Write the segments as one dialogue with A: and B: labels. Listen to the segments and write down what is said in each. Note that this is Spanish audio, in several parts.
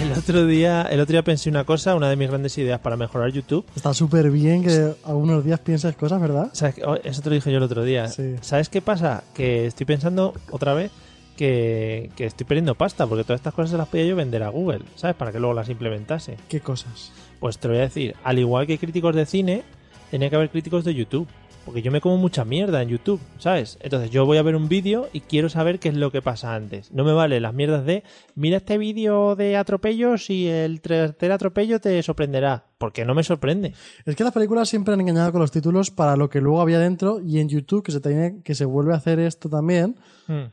A: El otro día, el otro día pensé una cosa, una de mis grandes ideas para mejorar YouTube.
B: Está súper bien que algunos días pienses cosas, ¿verdad?
A: ¿Sabes qué? Oh, Eso te lo dije yo el otro día.
B: Sí.
A: ¿Sabes qué pasa? Que estoy pensando otra vez que, que estoy perdiendo pasta, porque todas estas cosas se las podía yo vender a Google, ¿sabes? Para que luego las implementase.
B: ¿Qué cosas?
A: Pues te lo voy a decir, al igual que críticos de cine, tenía que haber críticos de YouTube. Porque yo me como mucha mierda en YouTube, ¿sabes? Entonces yo voy a ver un vídeo y quiero saber qué es lo que pasa antes. No me vale las mierdas de, mira este vídeo de atropellos y el tercer atropello te sorprenderá. Porque no me sorprende.
B: Es que las películas siempre han engañado con los títulos para lo que luego había dentro y en YouTube que se tiene, que se vuelve a hacer esto también.
A: Hmm.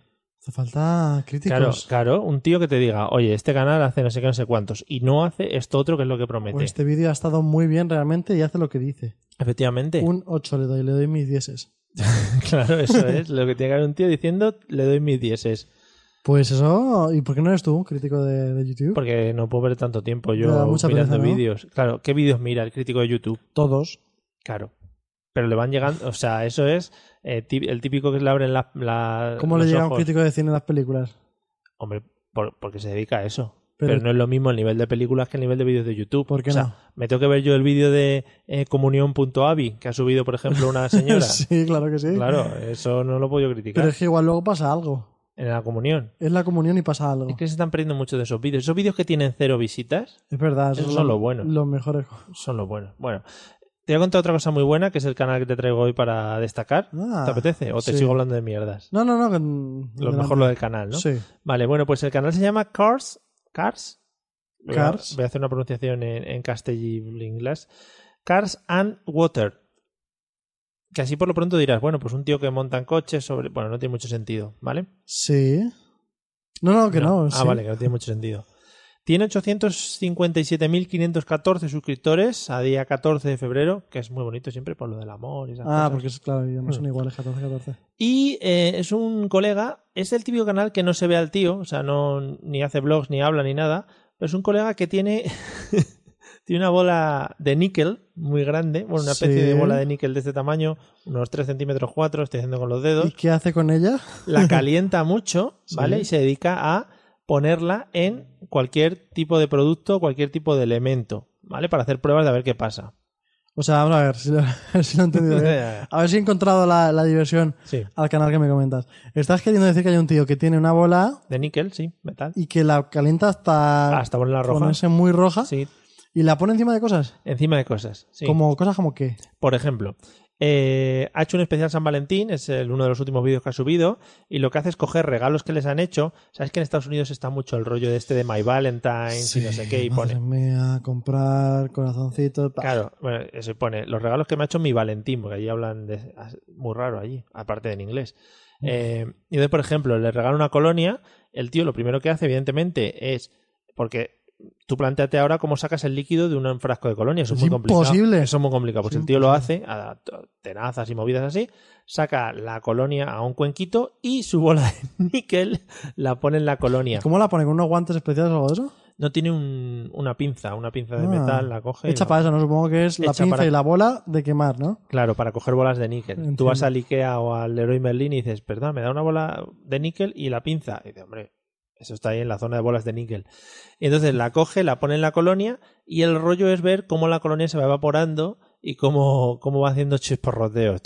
B: Hace falta
A: Claro,
B: críticos. Pues
A: claro, un tío que te diga, oye, este canal hace no sé qué, no sé cuántos, y no hace esto otro que es lo que promete.
B: Pues este vídeo ha estado muy bien realmente y hace lo que dice.
A: Efectivamente.
B: Un 8 le doy, le doy mis dieces.
A: Claro, eso es lo que tiene que haber un tío diciendo, le doy mis dieces.
B: Pues eso, ¿y por qué no eres tú un crítico de, de YouTube?
A: Porque no puedo ver tanto tiempo yo
B: Te ¿Mm? da mucha
A: mirando
B: pereza, ¿no?
A: vídeos. Claro, ¿qué vídeos mira el crítico de YouTube?
B: Todos.
A: Claro. Pero le van llegando, o sea, eso es eh, tí- el típico que le abren la, la-
B: ¿Cómo le
A: eh, los
B: llega a un
A: ojos.
B: crítico de cine en las películas?
A: Hombre, por- porque se dedica a eso.
B: Pero-
A: Pero, no es lo mismo el nivel de películas que el nivel de vídeos de YouTube.
B: ¿Por qué
A: O sea,
B: no?
A: Me tengo que ver yo el vídeo de eh, comunión.avi que ha subido, por ejemplo, una señora.
B: sí, claro que sí.
A: Claro, eso no lo puedo yo criticar
B: Pero es que igual luego pasa algo.
A: en la comunión.
B: Es la comunión y pasa algo.
A: Es que se están perdiendo mucho de esos vídeos. Esos vídeos que tienen cero visitas
B: Es verdad, esos
A: Esos son los buenos.
B: Los mejores.
A: son los buenos. Bueno, te voy a contar otra cosa muy buena, que es el canal que te traigo hoy para destacar.
B: Ah,
A: ¿Te apetece? ¿O te
B: sí.
A: sigo hablando de mierdas?
B: No, no, no. que-
A: Lo
B: adelante.
A: mejor lo del canal, ¿no?
B: Sí.
A: Vale, bueno, pues el canal se llama Cars. Cars. Voy a-
B: Cars.
A: Voy a hacer una pronunciación en, en castellano inglés. Cars and Water. Que así por lo pronto dirás, bueno, pues un tío que monta en coches sobre. Bueno, no tiene mucho sentido, ¿vale?
B: Sí. No, no, que no.
A: ah,
B: sí.
A: vale, que no tiene mucho sentido. Tiene 857.514 suscriptores a día 14 de febrero, que es muy bonito siempre por lo del amor y esas
B: Ah,
A: cosas.
B: porque es claro,
A: Mm.
B: ya no son iguales 14, 14.
A: Y eh, es un colega, es el típico canal que no se ve al tío, o sea, no ni hace blogs, ni habla, ni nada, pero es un colega que tiene, tiene una bola de níquel muy grande, bueno, una especie
B: Sí.
A: de bola de níquel de este tamaño, unos 3 centímetros 4, estoy haciendo con los dedos,
B: ¿Y qué hace con ella?
A: la calienta mucho, ¿vale?
B: Sí.
A: Y se dedica a ponerla en cualquier tipo de producto, cualquier tipo de elemento, ¿vale? Para hacer pruebas de a ver qué pasa.
B: O sea, vamos a ver si lo, a ver si lo he entendido bien. A ver si he encontrado la, la diversión
A: sí.
B: al canal que me comentas. Estás queriendo decir que hay un tío que tiene una bola
A: De níquel, sí, metal.
B: y que la calienta hasta,
A: Ah, Hasta ponerla roja.
B: ponerse muy roja
A: Sí,
B: y la pone encima de cosas.
A: encima de cosas. Sí.
B: Como cosas como qué.
A: Por ejemplo, eh, ha hecho un especial San Valentín, es el, uno de los últimos vídeos que ha subido, y lo que hace es coger regalos que les han hecho. Sabes que en Estados Unidos está mucho el rollo de este de My Valentine, y no sé qué, y
B: madre
A: pone.
B: mía, comprar corazoncitos. pa.
A: Claro, bueno, eso pone los regalos que me ha hecho mi Valentín, porque allí hablan de, muy raro allí, aparte de en inglés.
B: Mm.
A: Eh, y entonces, por ejemplo, le regalo una colonia, el tío lo primero que hace, evidentemente, es porque tú planteate ahora cómo sacas el líquido de un frasco de colonia, eso es,
B: Es
A: muy complicado.
B: imposible.
A: Eso es muy complicado, pues
B: Es
A: el tío lo hace a to- tenazas y movidas así, saca la colonia a un cuenquito y su bola de níquel la pone en la colonia.
B: ¿Cómo la pone? ¿Con unos guantes especiales o algo de eso?
A: No tiene un- una pinza, una pinza de
B: Ah.
A: metal, la coge. y
B: Hecha
A: la-
B: para eso, ¿no? Supongo que es la
A: Hecha
B: pinza
A: para-
B: y la bola de quemar, ¿no?
A: Claro, para coger bolas de níquel.
B: Entiendo.
A: Tú vas al Ikea o al Leroy Merlin y dices, perdón, me da una bola de níquel y la pinza. Y dice, hombre, eso está ahí en la zona de bolas de níquel. Y entonces la coge, la pone en la colonia y el rollo es ver cómo la colonia se va evaporando y cómo, cómo va haciendo chisporroteos.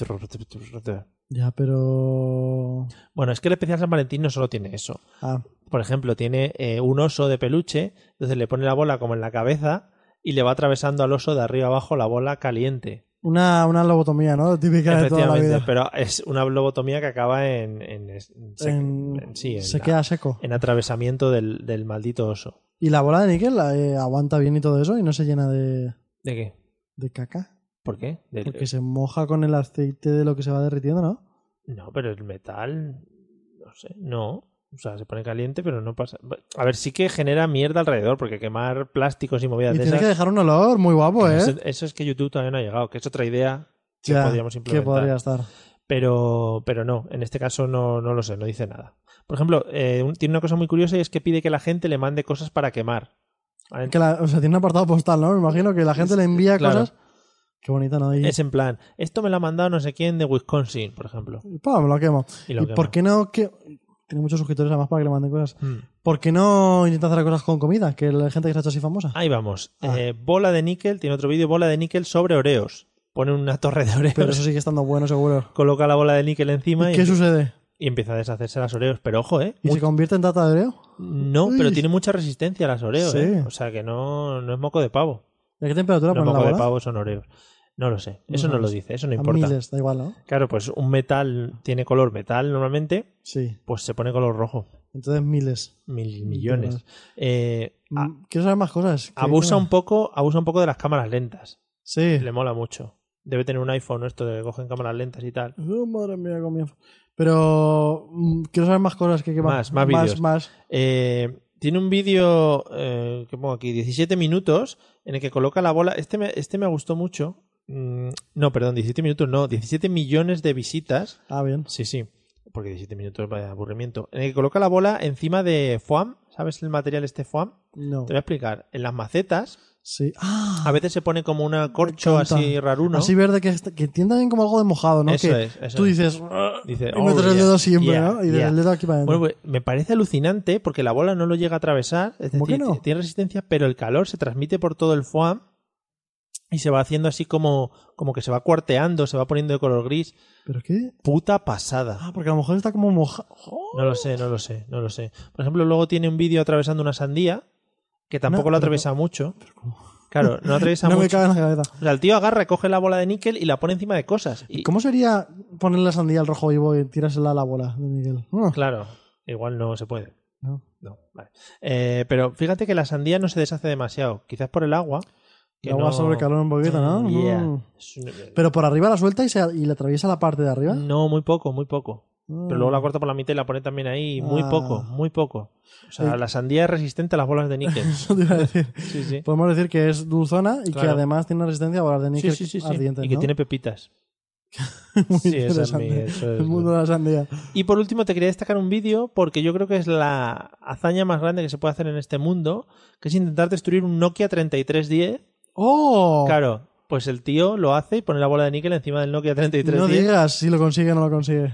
B: Ya, pero.
A: Bueno, es que el especial San Valentín no solo tiene eso.
B: Ah,
A: Por ejemplo, tiene eh, un oso de peluche, entonces le pone la bola como en la cabeza y le va atravesando al oso de arriba abajo la bola caliente.
B: una, una lobotomía, ¿no? Típica de toda la
A: Efectivamente,
B: vida.
A: pero es una lobotomía que acaba en, en- en- se,
B: En-
A: en- sí, en
B: se
A: la-
B: queda seco.
A: en atravesamiento del, del maldito oso.
B: Y la bola de níquel eh, aguanta bien y todo eso y no se llena de,
A: ¿De qué?
B: de caca.
A: ¿Por qué? Del-
B: Porque se moja con el aceite de lo que se va derritiendo, ¿no?
A: No, pero el metal. No sé, no. O sea, se pone caliente, pero no pasa. A ver, sí que genera mierda alrededor, porque quemar plásticos y movidas
B: Y
A: de
B: tiene
A: esas.
B: que dejar un olor muy guapo, ¿eh?
A: eso, eso es que YouTube todavía no ha llegado, que es otra idea que
B: Ya,
A: podríamos implementar.
B: Que podría estar.
A: Pero, pero no, en este caso no, no lo sé, no dice nada. Por ejemplo, eh, un- tiene una cosa muy curiosa y es que pide que la gente le mande cosas para quemar. ¿Vale?
B: Que la- o sea, tiene un apartado postal, ¿no? Me imagino que la gente le envía
A: claro.
B: cosas. Qué bonito, ¿no? Y,
A: Es en plan, esto me lo ha mandado no sé quién de Wisconsin, por ejemplo.
B: ¡pam! Lo quemo.
A: Y
B: ¿Y,
A: lo quema.
B: por qué no? Que... Tiene muchos suscriptores además para que le manden cosas.
A: Mm.
B: ¿Por qué no intenta hacer cosas con comida? Que la gente que se ha hecho así famosa.
A: Ahí vamos.
B: Ah.
A: Eh, bola de níquel, tiene otro vídeo, bola de níquel sobre oreos. Pone una torre de oreos,
B: Pero eso sigue estando bueno, seguro.
A: coloca la bola de níquel encima y,
B: ¿Qué
A: empie-
B: sucede?
A: y empieza a deshacerse las oreos. Pero ojo, ¿eh?
B: ¿Y
A: Mu-
B: se convierte en tata de oreo?
A: No, pero
B: Uy.
A: tiene mucha resistencia las oreos,
B: Sí.
A: ¿eh? O sea que no, no es moco de pavo.
B: ¿Y a qué temperatura Pues
A: No es
B: ponen la
A: moco de
B: bola?
A: pavo, son oreos. No lo sé.
B: No
A: Eso no, lo
B: sabes.
A: dice, eso no
B: a
A: importa.
B: miles, da igual, ¿no?
A: Claro, pues un metal tiene color metal normalmente,
B: Sí.
A: pues se pone color rojo.
B: Entonces miles.
A: Mil millones. Eh, a-
B: Mm, Quiero saber más cosas. ¿Qué-
A: abusa un poco, abusa un poco de las cámaras lentas.
B: Sí.
A: Le mola mucho. Debe tener un iPhone esto de que cogen cámaras lentas y tal.
B: Oh, madre mía, cómo me- Pero mm, quiero saber más cosas. Que, que
A: Más, más vídeos.
B: Más, más.
A: Eh, tiene un vídeo eh, que pongo aquí, 17 minutos, en el que coloca la bola. Este me, este me gustó mucho. Mm, no, perdón, 17 minutos, no, 17 millones de visitas.
B: Ah, bien.
A: Sí, sí, porque 17 minutos vaya aburrimiento. En el que coloca la bola encima de foam. ¿Sabes el material este foam?
B: No.
A: Te voy a explicar. En las macetas,
B: Sí. Ah,
A: a veces se pone como una corcho
B: encanta.
A: así raruno.
B: Así verde que, está- que tiene también como algo de mojado, ¿no?
A: Eso
B: que
A: es, eso
B: tú
A: es.
B: dices.
A: Dice,
B: y metes
A: "Oh,
B: el
A: yeah,
B: dedo siempre,
A: yeah,
B: ¿no? Y
A: yeah".
B: desde el dedo aquí para adentro.
A: Bueno, pues, me parece alucinante porque la bola no lo llega a atravesar, es
B: ¿Cómo
A: decir,
B: que no?
A: t- tiene resistencia, pero el calor se transmite por todo el foam y se va haciendo así como, como que se va cuarteando, se va poniendo de color gris.
B: ¿Pero qué?
A: Puta pasada.
B: pues, Ah, porque a lo mejor está como mojado.
A: No lo sé, no lo sé, no lo sé. Por ejemplo, luego tiene un vídeo atravesando una sandía que tampoco
B: No,
A: lo
B: pero
A: atraviesa mucho. Claro, no atraviesa
B: No me
A: mucho.
B: cabe en la cabeza.
A: O sea, el tío agarra, coge la bola de níquel y la pone encima de cosas. Y,
B: ¿Cómo sería ponerle la sandía al rojo vivo y tirársela a la bola de Miguel? Ah,
A: Claro, igual no se puede.
B: no.
A: No, vale. Eh, pero fíjate que la sandía no se deshace demasiado, quizás por el agua. que
B: El agua
A: no-
B: sobre el calor un poquito, ¿no?
A: Mm, yeah.
B: Mm.
A: Es un-
B: Pero por arriba la suelta y, se, y le atraviesa la parte de arriba.
A: No, muy poco, muy poco. Mm. Pero luego la corta por la mitad y la pone también ahí, muy
B: Mm. Ah.
A: poco, muy poco. O sea,
B: Eh.
A: la sandía es resistente a las bolas de níquel.
B: Eso te iba a decir.
A: Sí, sí.
B: Podemos decir que es dulzona y
A: Claro.
B: que además tiene una resistencia a bolas de
A: Sí,
B: níquel
A: sí, sí, sí.
B: ardientes,
A: Y que
B: ¿no?
A: tiene pepitas.
B: Muy
A: sí, esa es mi-
B: interesante.
A: eso es-
B: El mundo de la sandía.
A: Y por último, te quería destacar un vídeo porque yo creo que es la hazaña más grande que se puede hacer en este mundo, que es intentar destruir un Nokia 3310.
B: ¡Oh!
A: Claro, pues el tío lo hace y pone la bola de níquel encima del Nokia 3310.
B: no digas si lo consigue o no lo consigue.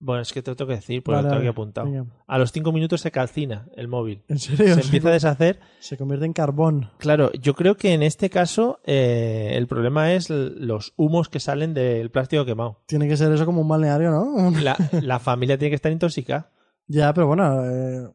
A: Bueno, es que te lo tengo que decir, porque
B: Vale,
A: Pues lo tengo aquí apuntado.
B: vale. Venga.
A: A los cinco minutos se calcina el móvil.
B: ¿En
A: Se
B: serio? Se,
A: empieza a deshacer.
B: se convierte en carbón.
A: Claro, yo creo que en este caso eh, el problema es l- los humos que salen del plástico quemado.
B: Tiene que ser eso como un balneario, ¿no?
A: La, la familia tiene que estar intoxicada.
B: ya, pero bueno, eh,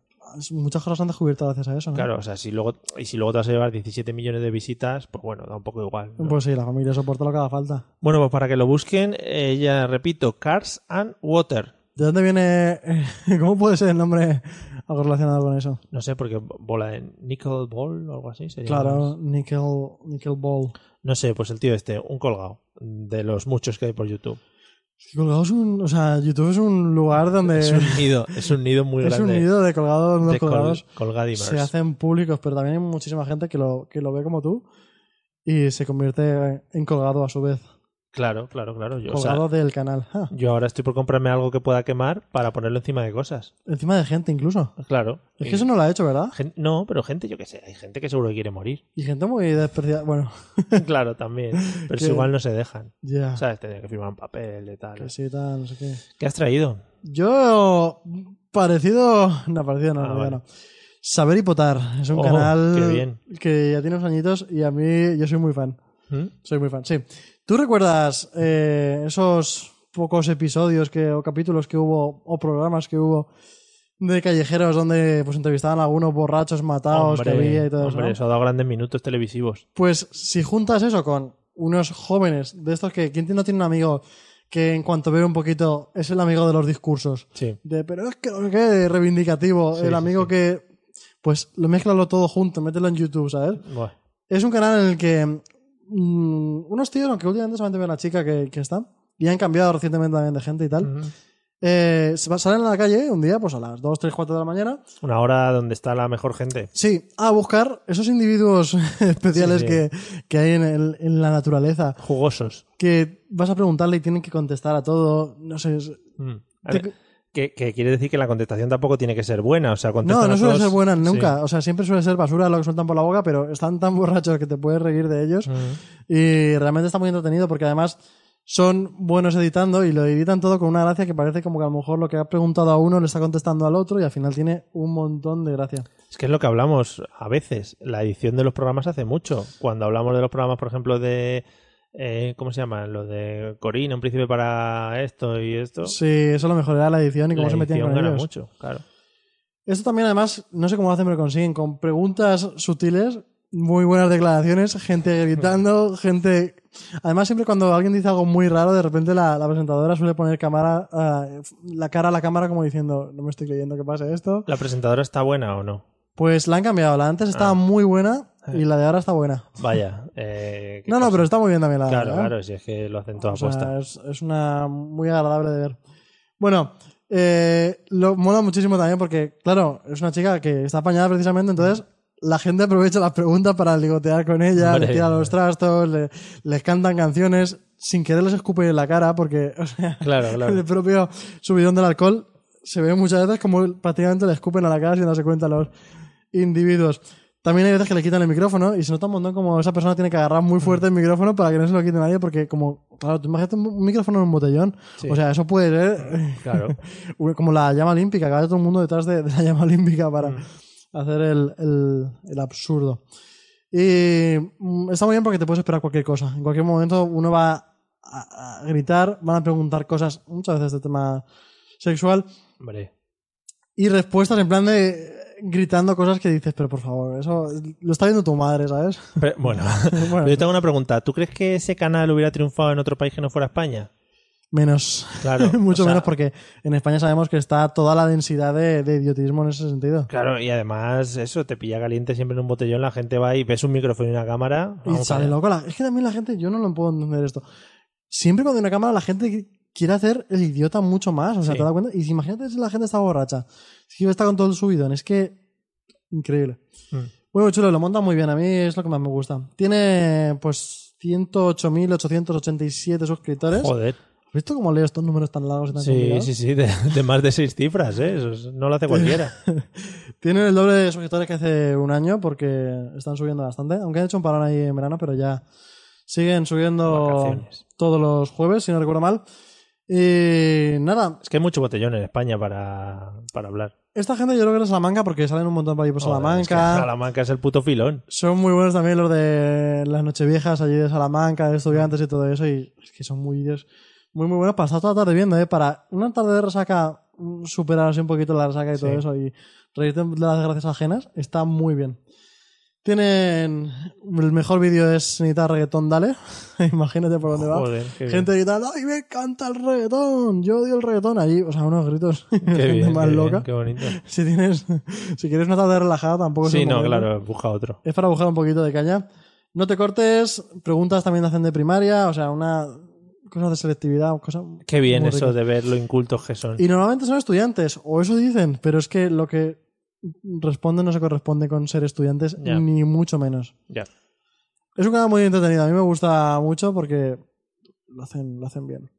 B: muchas cosas han descubierto gracias a eso, ¿no?
A: Claro, o sea, si luego, y si luego te vas a llevar 17 millones de visitas, pues bueno, da un poco igual. ¿no?
B: Pues sí, la familia soporta lo que haga falta.
A: Bueno, pues para que lo busquen, eh, ya repito, Cars and Water.
B: ¿De dónde viene? ¿Cómo puede ser el nombre algo relacionado con eso?
A: No sé, porque bola de nickel ball o algo así. sería
B: Claro, Nickel, nickel Ball.
A: No sé, pues el tío este, un colgado de los muchos que hay por YouTube.
B: Colgados un, o sea, YouTube es un lugar donde
A: Es un nido, es un nido muy
B: Eh, es un
A: grande.
B: nido de colgados, no
A: de col-
B: colgados.
A: colgadimers.
B: Se hacen públicos, pero también hay muchísima gente que lo, que lo ve como tú y se convierte en colgado a su vez.
A: Claro, claro, claro. Yo, o sea,
B: Colgado del canal. Ah,
A: yo ahora estoy por comprarme algo que pueda quemar para ponerlo encima de cosas.
B: encima de gente incluso.
A: Claro.
B: Es
A: Y
B: que eso no lo ha hecho, ¿verdad?
A: gen- no, pero gente, yo qué sé, hay gente que seguro que quiere morir.
B: Y gente muy despreciada. Bueno,
A: claro, también. Pero si
B: Que-
A: igual no se dejan.
B: ya.
A: ¿Sabes? Tener que firmar un papel de tal.
B: que sí, tal, no sé qué.
A: ¿Qué has traído?
B: Yo. Parecido. No, parecido no,
A: Ah,
B: en realidad
A: vale.
B: no. Saber y Potar es un
A: Oh,
B: canal
A: qué bien.
B: que ya tiene unos añitos y a mí yo soy muy fan.
A: ¿Mm?
B: Soy muy fan, sí. ¿Tú recuerdas eh, esos pocos episodios que, o capítulos que hubo o programas que hubo de callejeros donde pues entrevistaban a algunos borrachos matados
A: Hombre,
B: que había y todo eso?
A: hombre,
B: ¿no?
A: eso ha dado grandes minutos televisivos.
B: Pues si juntas eso con unos jóvenes de estos que ¿quién no tiene un amigo que en cuanto ve un poquito es el amigo de los discursos?
A: Sí.
B: De, pero es que no sé qué, de reivindicativo,
A: Sí,
B: el
A: sí,
B: amigo
A: sí.
B: que pues lo mezclalo todo junto, mételo en YouTube, ¿sabes?
A: Buah.
B: Es un canal en el que mm, unos tíos, aunque últimamente solamente veo a la chica que, que está, y han cambiado recientemente también de gente y tal,
A: Ujú.
B: eh, se va- salen a la calle un día, pues a las 2, 3, 4 de la mañana,
A: Una hora donde está la mejor gente.
B: sí, a buscar esos individuos especiales
A: Sí, sí.
B: Que, que hay en, el- en la naturaleza,
A: Jugosos.
B: que vas a preguntarle y tienen que contestar a todo, no sé, es-
A: Mm. A
B: Te-
A: ver, que, que quiere decir que la contestación tampoco tiene que ser buena. O sea,
B: No,
A: contestan
B: no
A: a
B: suelen
A: todos-
B: ser buenas
A: Sí.
B: nunca. O sea, siempre suele ser basura lo que sueltan por la boca, pero están tan borrachos que te puedes reír de ellos.
A: Mm.
B: Y realmente está muy entretenido porque además son buenos editando y lo editan todo con una gracia que parece como que a lo mejor lo que ha preguntado a uno le está contestando al otro y al final tiene un montón de gracia.
A: Es que es lo que hablamos a veces. La edición de los programas hace mucho. Cuando hablamos de los programas, por ejemplo, de. eh, ¿Cómo se llama? Los de Corina, un príncipe para esto y esto.
B: Sí, eso lo mejorará la edición y cómo
A: la
B: se metían
A: edición
B: con
A: gana
B: ellos.
A: mucho, claro.
B: Esto también además, no sé cómo lo hacen, pero consiguen con preguntas sutiles, muy buenas declaraciones, gente gritando, gente... Además, siempre cuando alguien dice algo muy raro, de repente la, la presentadora suele poner cámara, ah, la cara a la cámara como diciendo, no me estoy creyendo que pase esto.
A: ¿La presentadora está buena o no?
B: Pues la han cambiado, la de antes estaba
A: Ah.
B: muy buena y la de ahora está buena.
A: Vaya. eh, qué
B: No, no,
A: cosa.
B: pero está muy bien también la
A: Claro,
B: ¿eh?
A: claro, si es que lo hacen toda
B: O sea,
A: aposta.
B: es, es una muy agradable de ver. Bueno, eh, lo mola muchísimo también porque, claro, es una chica que está apañada precisamente, entonces la gente aprovecha las preguntas para ligotear con ella,
A: Hombre.
B: le tira los trastos, le- les cantan canciones, sin querer les escupen en la cara porque, o sea,
A: Claro, claro.
B: el propio subidón del alcohol se ve muchas veces como prácticamente le escupen a la cara sin darse cuenta los individuos. También hay veces que le quitan el micrófono y se nota un montón como esa persona tiene que agarrar muy fuerte el micrófono para que no se lo quite nadie porque como, claro, tú imagínate un un micrófono en un botellón.
A: Sí.
B: O sea, eso puede ser
A: Claro.
B: una- como la llama olímpica, que vaya todo el mundo detrás de, de la llama olímpica para
A: Mm.
B: hacer el, el- el absurdo. Y mm, está muy bien porque te puedes esperar cualquier cosa. En cualquier momento uno va a, a gritar, van a preguntar cosas, muchas veces de tema sexual,
A: Hombre.
B: y respuestas en plan de eh, gritando cosas que dices, pero por favor, eso lo está viendo tu madre, ¿sabes?
A: Pero, bueno,
B: Bueno.
A: yo tengo una pregunta. ¿Tú crees que ese canal hubiera triunfado en otro país que no fuera España?
B: Menos.
A: Claro.
B: Mucho
A: o sea,
B: menos porque en España sabemos que está toda la densidad de, de idiotismo en ese sentido.
A: Claro, y además, eso, te pilla caliente siempre en un botellón, la gente va y ves un micrófono y una cámara.
B: Y
A: vamos
B: sale
A: allá.
B: loco. la- Es que también la gente, yo no lo puedo entender esto. Siempre cuando hay una cámara, la gente qui- quiere hacer el idiota mucho más. O sea,
A: Sí.
B: te das cuenta. Y si- imagínate si la gente está borracha. Si está con todo el subidón. Es que. Increíble.
A: Mm.
B: Muy chulo, lo monta muy bien. A mí es lo que más me gusta. Tiene, pues, 108.887 suscriptores.
A: Joder.
B: ¿Has visto cómo leo estos números tan largos y tan
A: Sí,
B: complicados?
A: sí, sí, de, de más de seis cifras, ¿eh? Eso es- no lo hace cualquiera.
B: Tienen el doble de suscriptores que hace un año porque están subiendo bastante. Aunque han hecho un parón ahí en verano, pero ya siguen subiendo
A: Vacaciones.
B: todos los jueves, si no recuerdo mal. Y nada,
A: Es que hay mucho botellón en España para, para hablar.
B: esta gente yo creo que era Salamanca porque salen un montón por ahí por
A: Joder, es que
B: Pues Salamanca.
A: Salamanca es el puto filón.
B: Son muy buenos también los de las nocheviejas allí de Salamanca, de estudiantes y todo eso. Y es que son muy vídeos muy, muy buenos para estar toda la tarde viendo, ¿eh? Para una tarde de resaca, mm, superar así un poquito la resaca y todo
A: Sí.
B: eso y reírte de las desgracias ajenas, está muy bien. Tienen. El mejor vídeo es Necesitar reggaetón, dale. Imagínate por dónde va.
A: Joder, qué bien.
B: Gente gritando, ¡ay, me encanta el reggaetón! Yo odio el reggaetón. Allí, o sea, unos gritos.
A: Qué
B: gente
A: bien,
B: más
A: qué bien,
B: loca.
A: qué bonito.
B: Si tienes. Si quieres una tarde relajada, tampoco es
A: Sí,
B: el
A: no,
B: momento.
A: claro, busca otro.
B: Es para buscar un poquito de caña. No te cortes, preguntas también hacen de primaria, o sea, una cosas de selectividad, cosas
A: Qué bien
B: muy
A: eso
B: ricas.
A: de ver lo incultos que son.
B: Y normalmente son estudiantes, o eso dicen, pero es que lo que responde no se corresponde con ser estudiantes,
A: Ya.
B: ni mucho menos.
A: Ya.
B: Es un canal muy entretenido, a mí me gusta mucho porque lo hacen, lo hacen bien.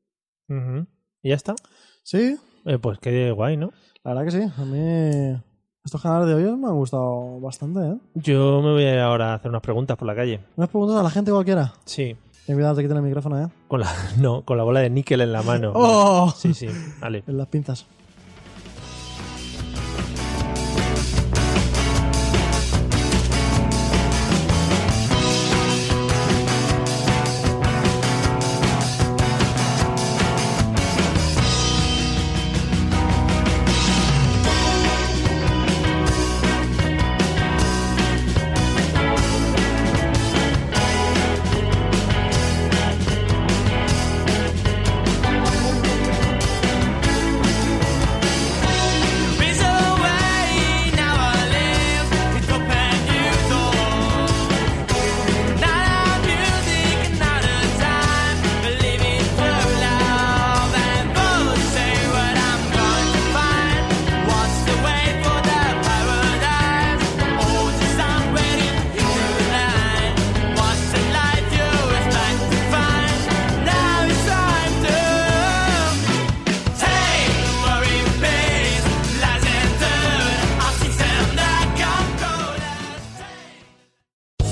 A: Ujú. ¿Y ya está?
B: Sí,
A: Eh, pues qué guay, ¿no?
B: la verdad que sí, a mí estos canales de hoy me han gustado bastante, ¿eh?
A: Yo me voy a ir ahora a hacer unas preguntas por la calle.
B: ¿Me has preguntado a la gente cualquiera?
A: Sí.
B: Ten cuidado, te quiten el micrófono, ¿eh?
A: Con la, no, con la bola de níquel en la mano.
B: ¡Oh!
A: Sí, sí, vale.
B: En las pinzas.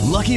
C: Lucky